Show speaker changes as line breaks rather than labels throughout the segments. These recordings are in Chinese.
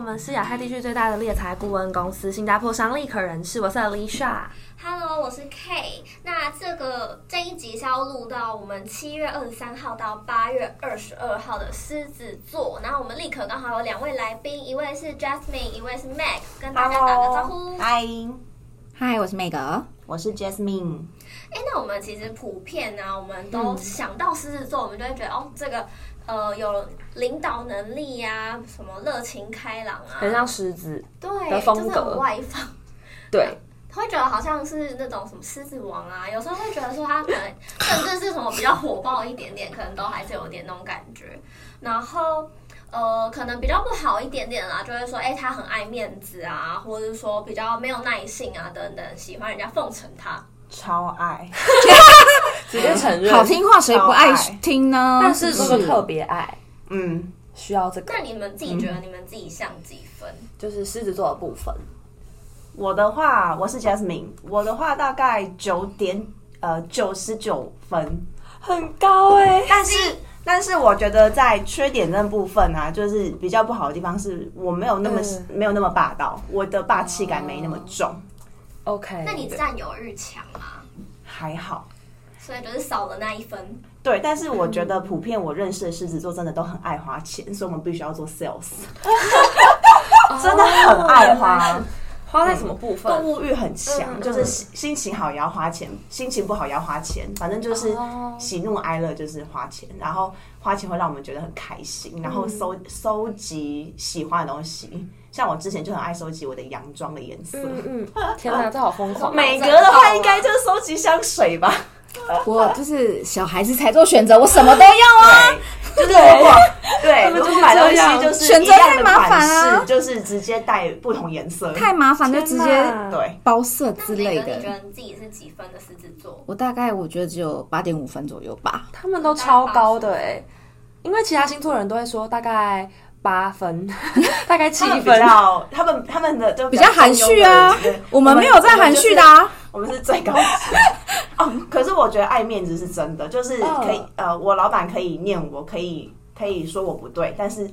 们是亚太地区最大的猎财顾问公司——新加坡商立可人事。我是 Alicia。
Hello，我是 K。那这个这一集是要录到我们七月二十三号到八月二十二号的狮子座，然后我们立刻刚好有两位来宾，一位是 Jasmine，一位是 Meg，跟大家打个招呼。
嗨，
嗨，我是 Meg，
我是 Jasmine。
哎、那我们其实普遍呢、我们都
嗯
想到狮子座，我们就会觉得哦，这个呃有领导能力呀、什么热情开朗啊，
很像狮子，
对，
的风
就是
格
很外放。
对，
会觉得好像是那种什么狮子王啊，有时候会觉得说他可能甚至是什么比较火爆一点点，可能都还是有点那种感觉。然后呃，可能比较不好一点点啦，就会说哎、他很爱面子啊，或者是说比较没有耐性啊等等，喜欢人家奉承他。
超爱，
直接承认
好，听话谁不
超
爱
爱
听呢？
但是这
不
个特别爱，
嗯，
需要这个
那，你们自己觉得你们自己像几分？
就是狮子座的部分。
我的话我是 Jasmine，我的话大概九点呃九十九分，
很高哎、
但是但是我觉得在缺点那部分啊，就是比较不好的地方是我没有那么、
嗯哦
没有那么霸道，我的霸气感没那么重，
OK，
那你占有欲强啊，
还好。
所以就是少了那一分。
对，但是我觉得普遍我认识的狮子座真的都很爱花钱，所以我们必须要做 sales，真的
哦
很爱花。
花在什么部分？
购物欲很强，
嗯
就是心心情好也要花钱，心情不好也要花钱，反正就是
哦
喜怒哀乐就是花钱，然后花钱会让我们觉得很开心，然
嗯
后收收集喜欢的东西，像我之前就很爱收集我的洋装的颜色，
嗯嗯， 天哪，这好疯狂！
每隔的话应该就是收集香水 吧，
我就是小孩子才做选择，我什么都要啊。
就是如果对，
他们
如
就是
果买东
这样
西就是
选择
一样
太
的
麻
款
烦啊
式，就是直接带不同颜色，
太麻烦，就直接
对，
包色
那
之
每
类
个你觉
的。
得你自己是几分的狮子座？
我大概我觉得只有八点五分左右吧。
他们都超高的哎、因为其他星座人都会说大概八 分，大概七
他们比
分。
较他们他们的就
比较含蓄啊
中庸的对，
我们没有在含蓄的啊。
我们是最高级。 哦，可是我觉得爱面子是真的，就是
嗯
可以、呃，我老板可以念我，可以可以说我不对，但是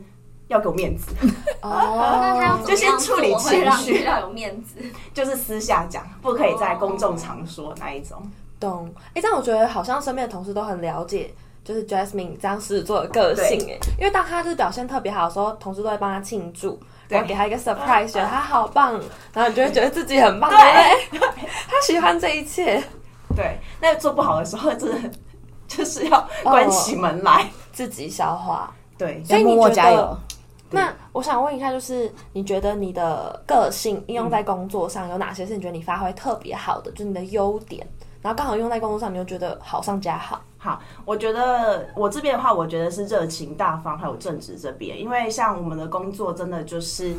要给我面子，
那他要
哦，
怎
就
么
先
样
处
做
理
会让
情绪
比较有面子？
就是私下讲，不可以在公众场所那一种。
懂。哎、这样我觉得好像身边的同事都很了解，就是 Jasmine 这样狮子座的个性哎、因为当他就是表现特别好的时候，同事都会帮他庆祝。然后给他一个 surprise，觉得他好棒，然后你就会觉得自己很棒，嗯对不对， 他喜欢这一切，
对，那做不好的时候，真的 就是要关起门来。
自己消化。
对，
哦所以你
默默
觉得
加油。
那我想问一下，就是你觉得你的个性应用在工作上有哪些是你觉得你发挥特别好的，就是你的优点，然后刚好用在工作上，你又觉得好上加好。
好，我觉得我这边的话，我觉得是热情大方，还有正直这边，因为像我们的工作真的就是。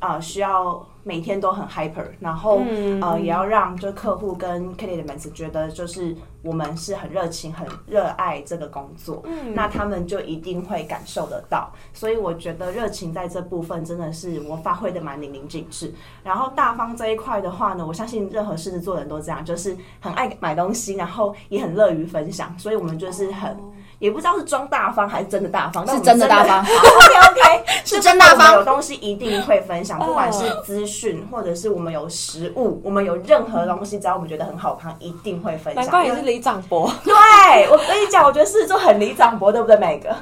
呃，需要每天都很 hyper，然后、
嗯
呃，也要让就客户跟 candidate 们觉得就是我们是很热情、很热爱这个工作，
嗯
那他们就一定会感受得到。所以我觉得热情在这部分真的是我发挥的蛮淋漓尽致。然后大方这一块的话呢，我相信任何狮子座人都这样，就是很爱买东西，然后也很乐于分享，所以我们就是很。也不知道是装大方还是真的哦大方，但我们
哦真的大 方
OK OK，
是真大方
有东西一定会分
嗯
享，不管是资讯或者是我们有食物，我们有任何东西，只要我们觉得很好看，一定会分享。
李长 博，
对，我跟你讲，我觉得狮子座很李长博，对不对？每个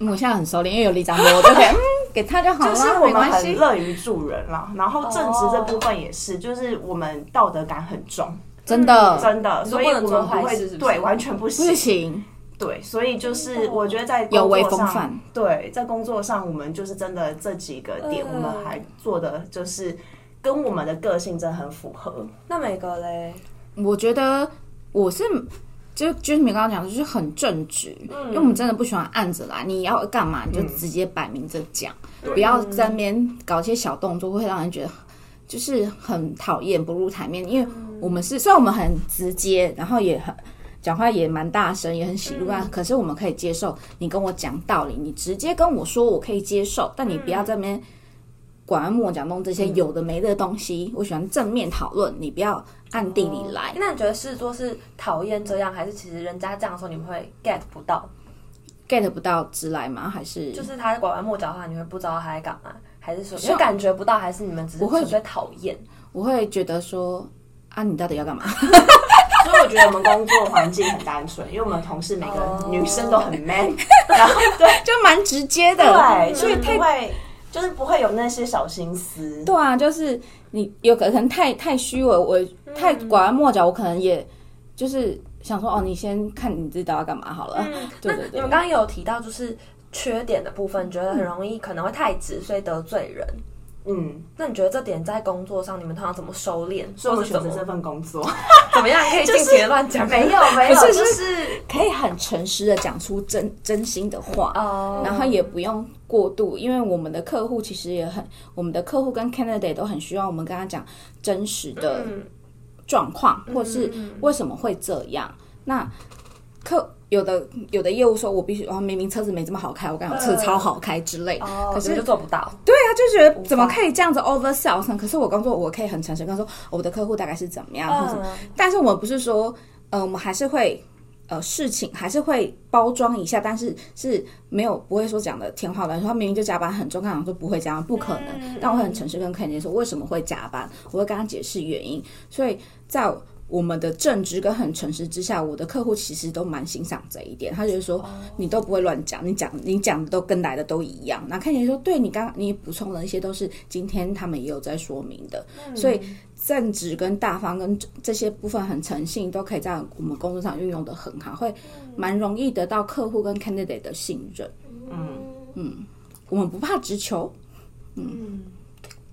嗯我现在很收敛，因为有李长博，我就可以嗯给他就好
就是
啊
了，
我
没
们
关
很
系。
乐于助人啦，然后正直这部分也
哦
是，就是我们道德感很重，
真的
真的，所以
不
我
能
们
做
不
坏
会
事是不是
对完全不
不
行。
行，
对，所以就是我觉得在
有
工
违
作
风
上，
范
对，在工作上我们就是真的这几个点，
嗯
我们还做的就是跟我们的个性真的很符合。
那每个嘞，
我觉得我是。就就是你刚刚讲的，就是很正直，因为我们真的不喜欢按着来，你要干嘛你就直接摆明着讲，不要在那边搞一些小动作，会让人觉得就是很讨厌，不入台面。因为我们是虽然我们很直接，然后也很讲话也蛮大声，也很喜怒但可是我们可以接受你跟我讲道理，你直接跟我说我可以接受，但你不要在那边拐弯抹角弄这些有的没的东西。我喜欢正面讨论，你不要暗地里来。
那你觉得狮子座是讨厌这样，还是其实人家这样说你们会 get 不到？
get 不到直来吗？还是
就是他拐弯抹角的话，你会不知道他在干嘛。还是说你就感觉不到，还是你们只是
我会
纯粹讨厌？
啊我会觉得说啊，你到底要干嘛？
所以我觉得我们工作环境很单纯，因为我们同事每个女生都很 man，然后哦 对
就蛮直接的。
对，所以
太
不会就是不会有那些小心思。
对啊，就是你有可能太太虚伪，我太拐弯抹角，我可能也就是想说哦，你先看你知道要干嘛好了。对对
你
对
们，刚刚有提到就是缺点的部分，觉得很容易可能会太直，所以得罪人。
嗯，
那你觉得这点在工作上，你们通常怎么收敛，
所以
或
我
是
选
怎
择这
么
份工作，
怎么样可以尽情的乱讲？
没有没有，
可是
就是
可以很诚实的讲出真真心的话。
哦，
然后也不用过度，因为我们的客户其实也很，我们的客户跟 candidate 都很需要我们跟他讲真实的
嗯
状况，或是为什么会这样。那客有的有的业务说，我必须，哦，明明车子没这么好开，我刚好车子超好开之类。
哦，
可是
你们就做不到。
对啊，就觉得怎么可以这样子 over sell 呢？可是我工作，我可以很诚实跟他说，哦我的客户大概是怎么
嗯
样，或什
啊
么。但是我们不是说，呃，我们还是会。呃，事情还是会包装一下，但是是没有不会说讲的天花乱坠。他明明就加班很重，跟他讲说不会加班，不可能。但我会很诚实跟 k e n 说为什么会加班，我会跟他解释原因。所以在我们的正直跟很诚实之下，我的客户其实都蛮欣赏这一点。他就是说，你都不会乱讲，你讲你讲的都跟来的都一样。那看起来说，对你刚你补充的一些都是今天他们也有在说明的，所以正直跟大方跟这这些部分很诚信，都可以在我们工作上运用的很好，会蛮容易得到客户跟 candidate 的信任。
嗯，
我们不怕直球，
嗯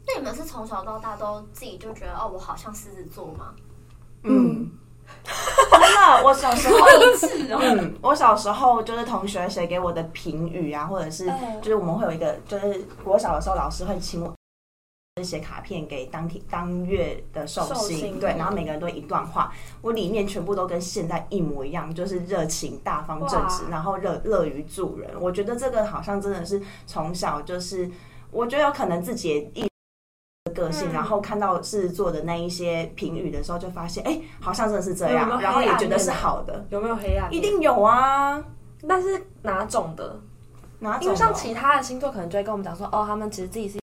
那你们是从小到大都自己就觉得哦，我好像狮子座吗？
嗯，真的，我小时候。
是哦，
嗯，我小时候就是同学写给我的评语啊，或者是
嗯
就是我们会有一个，就是我小的时候老师会请我就是写卡片给当天当月的寿
寿星
星，对，然后每个人都一段话，我里面全部都跟现在一模一样，就是热情、大方、正直，然后乐乐于助人。我觉得这个好像真的是从小就是，我觉得有可能自己也一。个性，
嗯
然后看到狮子座的那一些评语的时候，就发现，哎、好像真的是这样
有没有，黑
然后也
暗
觉得
面
是
啊
好的，
有没有黑暗？
一，定有啊。
但是哪种的？
哪种？哦
因为像其他的星座，可能就会跟我们讲说，哦，他们其实自己是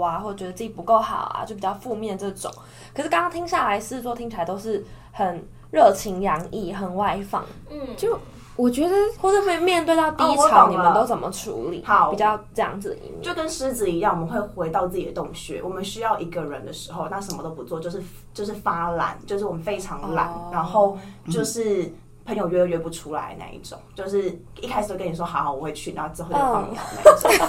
啊，或者觉得自己不够好啊，就比较负面这种。可是刚刚听下来，狮子座听起来都是很热情洋溢、很外放，
嗯，
就我觉得
或者面面对到低
哦我
潮，
懂
你们
了
都怎么处理？
好
比较这样子的一面。
就跟狮子一样，我们会回到自己的洞穴。我们需要一个人的时候，那什么都不做，就是就是发懒，就是我们非常懒，
哦
然后就是朋友约都约不出来那一种，就是一开始都跟你说好好我会去，然后之后就放
嗯
鸟那一种。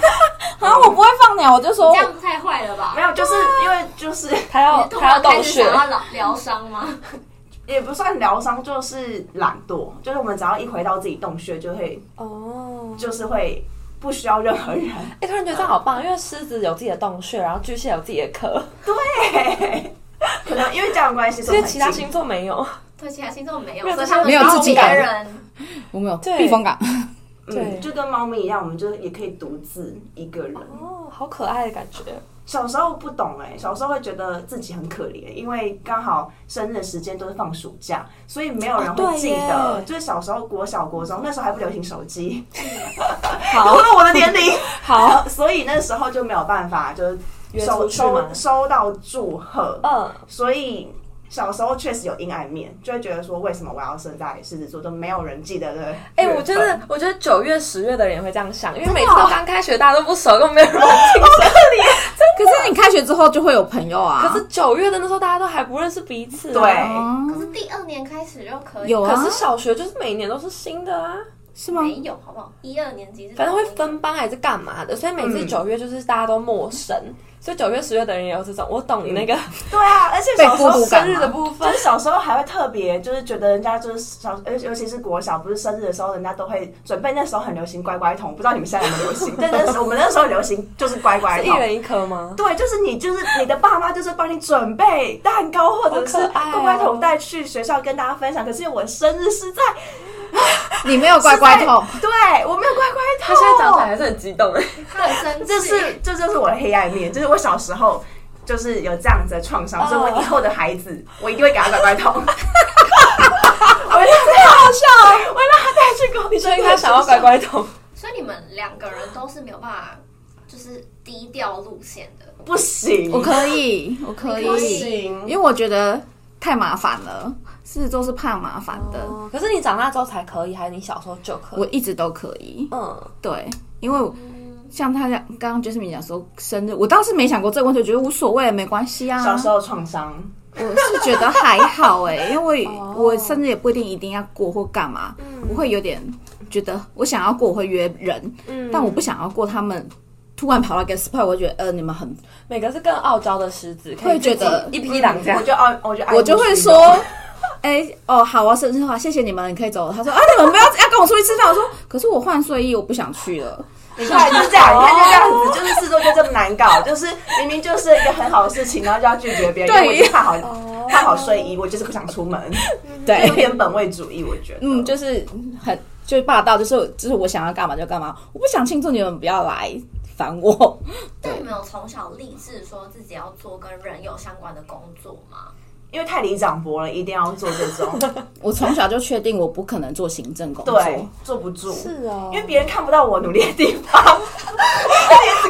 啊，我不会放鸟，我就说
这样太坏了吧？
没有，就是因为就是
他要
你突
他要
然
洞
开始
穴，
想要疗疗伤吗？
也不算疗伤，就是懒惰，就是我们只要一回到自己洞穴，就会
哦，
就是会不需要任何人。
哎、突然觉得这样好棒，因为狮子有自己的洞穴，然后巨蟹有自己的壳，
可能因为这样的关系，
这
所以
些
很
其他
近
星座没有。
对，其他星座没有，
没有
所以他们
没有自己
别
感
人。
我没有
对
避风 港，
对
嗯，就跟猫咪一样，我们就是也可以独自一个人。
哦，好可爱的感觉。
小时候不懂哎、小时候会觉得自己很可怜，因为刚好生日的时间都是放暑假，所以没有人
哦
会
对
记得。
耶
就是小时候国小、国中那时候还不流行手机，
好
透露我的年龄，
好，
所以那时候就没有办法，就是
约
收
出去吗
收？收到祝贺。
嗯，
所以小时候确实有阴暗面，就会觉得说为什么我要生在狮子座都没有人记得的。
哎、我觉得，我觉得九月、十月的人也会这样想，因为每次都刚开学，大家都不熟，根本没 有人庆祝。
可是你开学之后就会有朋友啊。
可是九月的那时候，大家都还不认识彼此、
对，
啊
可是第二年开始就可以，
有
可
啊
是小学就是每年都是新的啊，
是吗？
没有好不好？一二年级是
反正会分班还是干嘛的，所以每次
嗯
九月就是大家都陌生，所以九月、十月的人也有这种。我懂你那个
对啊，而且小时
被孤
候
独感
生
生
日
日
的
的 部
就
分
是，小时候还会特别，就是觉得人家就是小，尤尤其是国小，不是生日的时候，人家都会准备。那时候很流行乖乖桶，不知道你们现在有没有流 行？但那时候我们那时候流行就是乖乖
是一
桶。
人一颗吗？
对，就是你，就是你的爸妈，就是帮你准备蛋糕或者是
好可爱哦
乖乖桶带去学校跟大家分享。可是我生日是在
你没有乖乖桶，
是在对我没有乖乖桶。
他现在讲起来还是很激动
欸
哎、
很生
这是这就是我的黑暗面，就是我小时候就是有这样子的创
哦
伤，所以我以后的孩子，我一定会给他乖乖桶。 我觉得太好笑了，
哦
我让他带去公，
你说应该想要乖乖桶，
所以你们两个人都是没有办法，就是低调路线的。
不行，
我可以，我可
你可
不
以
以，因
行，
为我觉得太麻烦了。狮子座是怕麻烦的，
哦可是你长大之后才可以，还是你小时候就可
我
以？
一直都可以。
嗯，
对，因为我像他讲，刚刚 Jasmine 讲说生日，我倒是没想过这个问题，我觉得无所谓，没关系啊。
小时候创伤，
我是觉得还好哎、因为我,、
哦
我生日也不一定一定要过或干嘛，我会有点觉得我想要过，我会约人，
嗯
但我不想要过他们。突然跑到 get surprise，我会觉得呃你们很，
哎
每个是更傲娇的狮子，可以
会觉得
自己一嗯匹狼这样
我。就爱，我就爱
我就会
慕虚
说
荣，
哎、哦好啊，生日话谢谢你们，你可以走了。他说啊你们不要要跟我出去吃饭，我说可是我换睡衣，我不想去了。
你看就这样，你看就这
哦
样子，就是狮子座就这么难搞，就是明明就是一个很好的事情，然后就要拒绝别人，
对哦
因为我就看好看好睡衣，我就是不想出门，
对
有，点本位主义，我觉得，
嗯，就是很就是霸道，就是就是我想要干嘛就干嘛，我不想庆祝，你们不要来烦我。
但你们有从小立志说自己要做跟人有相关的工作吗？
因为太里长伯了，一定要做这 种，
我从小就确定我不可能做啊行政工作，
对，坐不住，
是哦，
嗯因为别人看不到我努力的地
啊
方，啊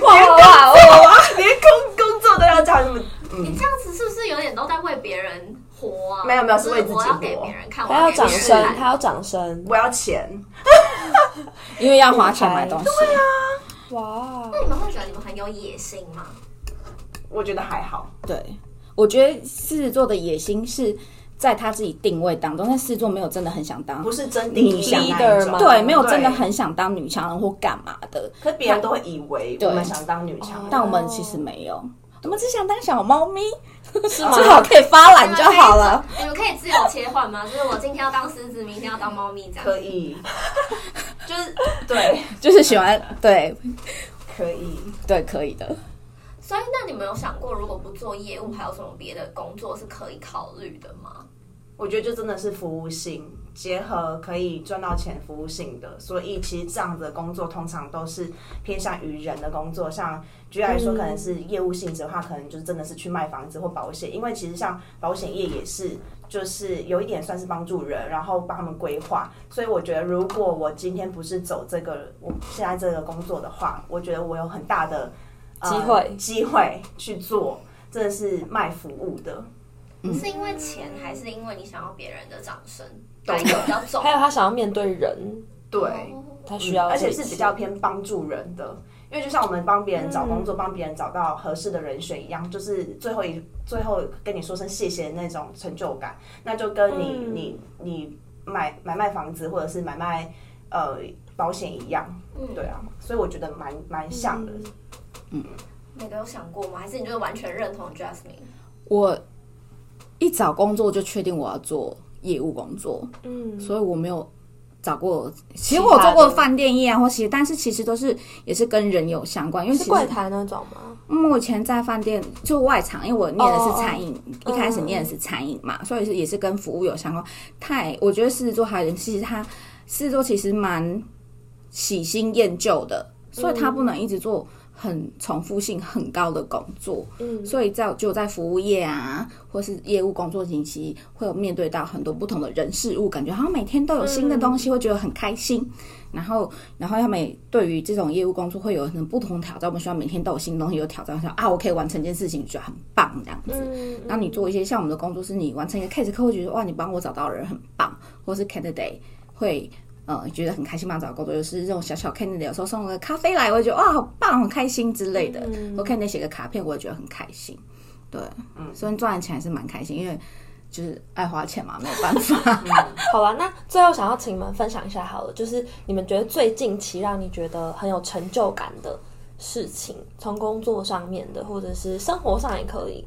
哇哇哇！
连工工作都要这样这么，
你
嗯，
这样子是不是有点都在为别人活啊？
没有没有是为自己
我要给
活
别人看，我
他要
给
掌
别人
声，
看
他要掌声！
我要钱，
因为要花钱买东西。
哇，
那你们会觉得你们很有野心吗？
我觉得还好，
对我觉得狮子座的野心是在他自己定位当中，但狮子座没有真的很想当
不。是啊真定义
你想
那一
leader
种
吗
对，没有真的
对
很想当女强人或干嘛的，
可是别人都会以为我们想当女强人，
但我们其实没有，我们只想当小猫咪，
是吗？
最好可以发懒啊就好了。
你啊们可以自由切换吗？就是我今天要当狮子，明天要当猫咪这样。
可以，就是对，
就是喜欢，对
可以。
对，可以的。
所以，那你们有想过，如果不做业务，还有什么别的工作是可以考虑的吗？
我觉得就真的是服务性，结合可以赚到钱服务性的，所以其实这样子的工作通常都是偏向于人的工作。像举例来说，可能是业务性质的话，可能就是真的是去卖房子或保险，因为其实像保险业也是。就是有一点算是帮助人，然后帮他们规划，所以我觉得如果我今天不是走这个我现在这个工作的话，我觉得我有很大的呃
机会
机会去做，真的是卖服务的，
是因为钱，还是因为你想要别人的掌声？哪一个比较重哦
还？有他想要面对人，
对。嗯
他需要
而且
这一
是比
切
较偏帮助人的。因为就像我们帮别人找工
嗯
作、帮别人找到合适的人选一样，就是最后一最后跟你说声谢谢的那种成就感，那就跟你、
嗯
你你买买卖房子或者是买卖呃保险一样，
嗯
对啊，所以我觉得蛮蛮像的。
嗯
每个有想过吗？还是你就是完全认同 Jasmine？
我一找工作就确定我要做业务工作，
嗯，
所以我没有找过。其实
他
我有做过
的
饭店业啊，或其实但是其实都是也是跟人有相关，因为其
是
实
柜台那种吗？
嗯，我以前在饭店就外场，因为我念的
哦
是
哦
餐饮一开始念的是餐饮嘛，所以是也是跟服务有相关。太，我觉得狮子座还有其实他狮子座其实蛮喜新厌旧的，所以他不能一直做很重复性很高的工作。
嗯
所以在就在服务业啊，或是业务工作前期，会有面对到很多不同的人事物，感觉好像每天都有新的东西，会觉得很开心。然后，然后他们也对于这种业务工作会有很不同的挑战，我们希望每天都有新东西，有挑战，说啊，我可以完成一件事情，觉得很棒这样子。
嗯，
那你做一些像我们的工作是，你完成一个 case，客户觉得哇，你帮我找到人很棒，或是 candidate 会呃觉得很开心帮我找到工作，就是这种小小 candidate 有时候送个咖啡来，我也觉得哇，好棒，很开心之类的。或 candidate 写个卡片，我也觉得很开心。对，嗯，所以赚的钱还是蛮开心，因为就是爱花钱嘛，没有办法。
好了，那最后想要请你们分享一下好了，就是你们觉得最近期让你觉得很有成就感的事情，从工作上面的，或者是生活上也可以，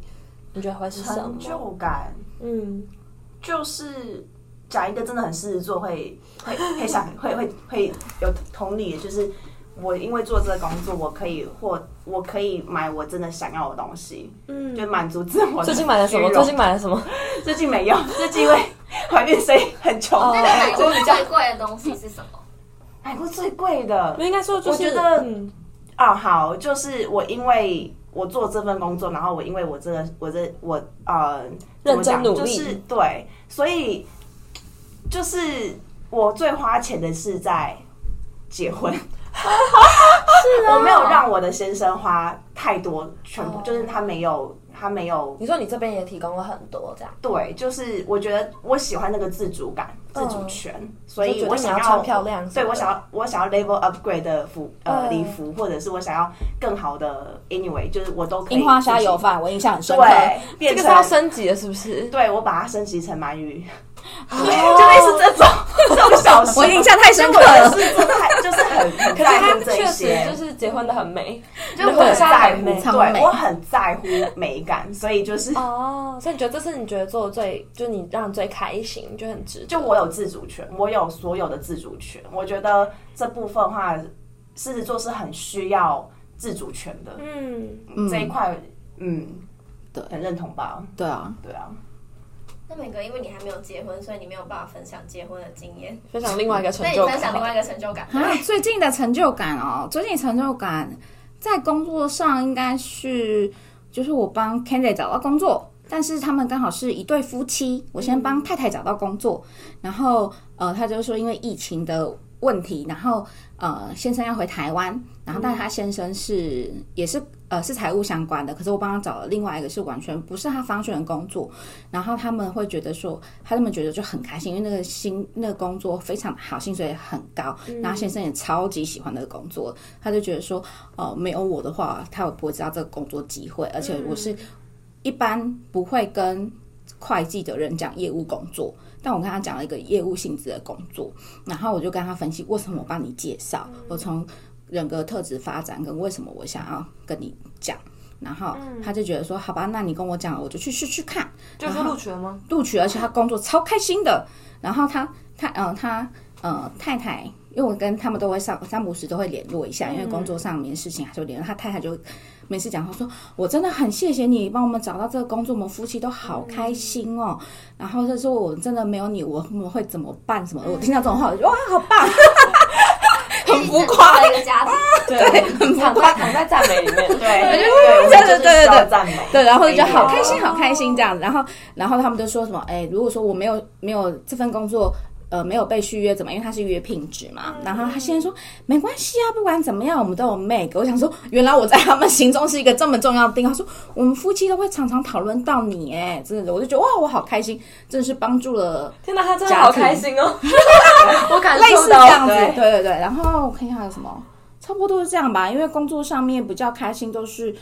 你觉得会是什
成
么？
就感
嗯，
就是讲一个真的很狮子座会会会想会会会有同理的，就是我因为做这个工作，我可以获我可以买我真的想要的东西，嗯，就满足自我的虚荣。
最近买了什么？最近买了什么？
最近没有，最近因为 怀孕所以很穷。
哦
那你买
所
过
以比较
最贵的东西是什么？
买过最贵的
应该说就是，
我觉得
嗯
啊，好，就是我因为。我做这份工作，然后我因为我这个我这我呃，怎么讲
认真努力
就是对，所以就是我最花钱的是在结婚，
是啊
我没有让我的先生花太多，全部就是他没有，他没有。
你说你这边也提供了很多这样，
对，就是我觉得我喜欢那个自主感、自主权，所
嗯就
以
觉得
我
你
想
要穿漂亮什
对
么
我
的
想要我想要 level upgrade 的服呃
嗯
礼服，或者是我想要更好的 anyway，就是我都可以。
樱花虾油，饭我印象很深刻，
对，
这
变
个是要
成
升级的，是不是？
对我把它升级成鳗鱼，
哦
就类似 这种这种小事，
我印象太深刻
我也
了
是。真的还就是很很
可是
在
他
乎这
确
一
实
些，
就是结婚的很美
就我很在乎，
就是
很美
对我很在乎美感，所以就是
哦，所以你觉得这是你觉得做的最，就是你让你最开心，就很值得。
就我有自主权，我有所有的自主权。我觉得这部分的话，狮子座是很需要自主权的、
嗯，
这一块，嗯，
对
很认同吧？
对啊，
对 啊，
那每个因为你还没有结婚，所以你没有办法分享结婚的经验。
分享另外一个成
那你
就
分享另外
感。
一个成就感，
啊，最近的成就感哦，最近成就感在工作上应该是，就是我帮 Candy 找到工作，但是他们刚好是一对夫妻，我先帮太太找到工作，然后呃，他就说因为疫情的问题，然后呃，先生要回台湾，然后但他先生是、也是呃是财务相关的，可是我帮他找了另外一个是完全不是他方向的工作，然后他们会觉得说，他们觉得就很开心，因为那个薪那个工作非常好，薪水也很高，然后先生也超级喜欢那个工作，他就觉得说，哦、没有我的话，他也不会知道这个工作机会，而且我是一般不会跟会计的人讲业务工作，但我跟他讲了一个业务性质的工作，然后我就跟他分析为什么我帮你介绍，我从人格特质发展跟为什么我想要跟你讲，然后他就觉得说，好吧，那你跟我讲了，我就去试试看。
就是录取了吗？
录取，而且他工作超开心的。然后他他呃他呃太太，因为我跟他们都会上三不五时都会联络一下，因为工作上面事情还是会联络。他太太就每次讲，他说我真的很谢谢你帮我们找到这个工作，我们夫妻都好开心哦。然后他说我真的没有你，我们会怎么办？什么？我听到这种话，我就哇，好棒， 很浮夸。
一个家庭，
对，躺在躺在赞美里面。
对，对
对
对
对对对
赞美，啊
对，然后就觉得好
没有
开心，好开心这样子。然后，然后他们就说什么，哎，如果说我没有没有这份工作。呃，没有被续约怎么？因为他是约聘制嘛。然后他现在说没关系啊，不管怎么样，我们都有 make。我想说，原来我在他们心中是一个这么重要的定。他说我们夫妻都会常常讨论到你，哎，真的，我就觉得哇，我好开心，真的是帮助了
天哪，他真的好开心哦！ 我感
类
受
似这样
到，
子，对
对
对对。然后我看一下还有什么，差不多是这样吧。因为工作上面比较开心，都是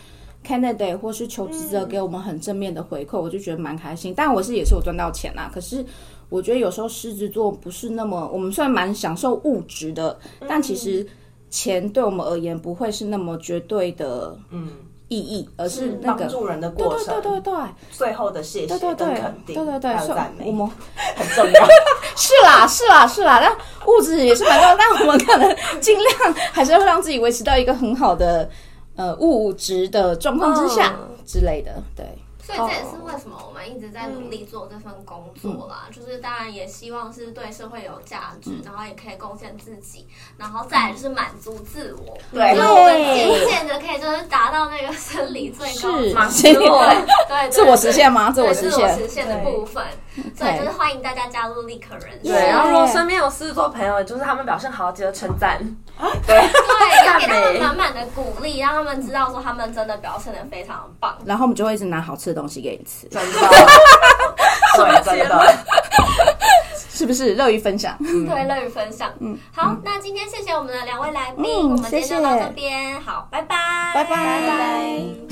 candidate 或是求职者
嗯
给我们很正面的回馈，我就觉得蛮开心。但我是也是有赚到钱啊啦，可是。我觉得有时候狮子座不是那么，我们虽然蛮享受物质的，
嗯
但其实钱对我们而言不会是那么绝对的
嗯，
意义，而是那
帮
个
助人的
对
过
对
程，
对对对
最后的谢谢
对对
跟
对
肯定，
对对对，
还有
所
赞
以
美
我，们
很重要。
是啦，是啦，是啦，但物质也是蛮高， 但我们可能尽量还是要让自己维持到一个很好的呃物质的状况之下、
嗯
之类的。对，
所以这也是为什么我们一直在努力做这份工作
嗯
啦。就是当然也希望是对社会有价值，然后也可以贡献自己，然后再来就是满足自我。
对
就是我们渐渐的可以就是达到那个生理最高的
是
满足
心里
对对，
自我实现吗？自
对
我
自
实
我
现
实。现的部分。所以就是欢迎大家加入立可人生。
对，然后如果身边有狮子座朋友，就是他们表现好，记得称赞。
对，要给他
赞
们
美
满满的鼓励，让他们知道说他们真的表现的非常棒。
然后我们就会一直拿好吃的东西给你吃，
真的， 对，真的，
是不是？乐于分享。
对，乐于分享。嗯，好，那今天谢谢我们的两位来宾，
嗯
我们今天就到
谢谢
这边，好，拜拜，
拜拜
拜拜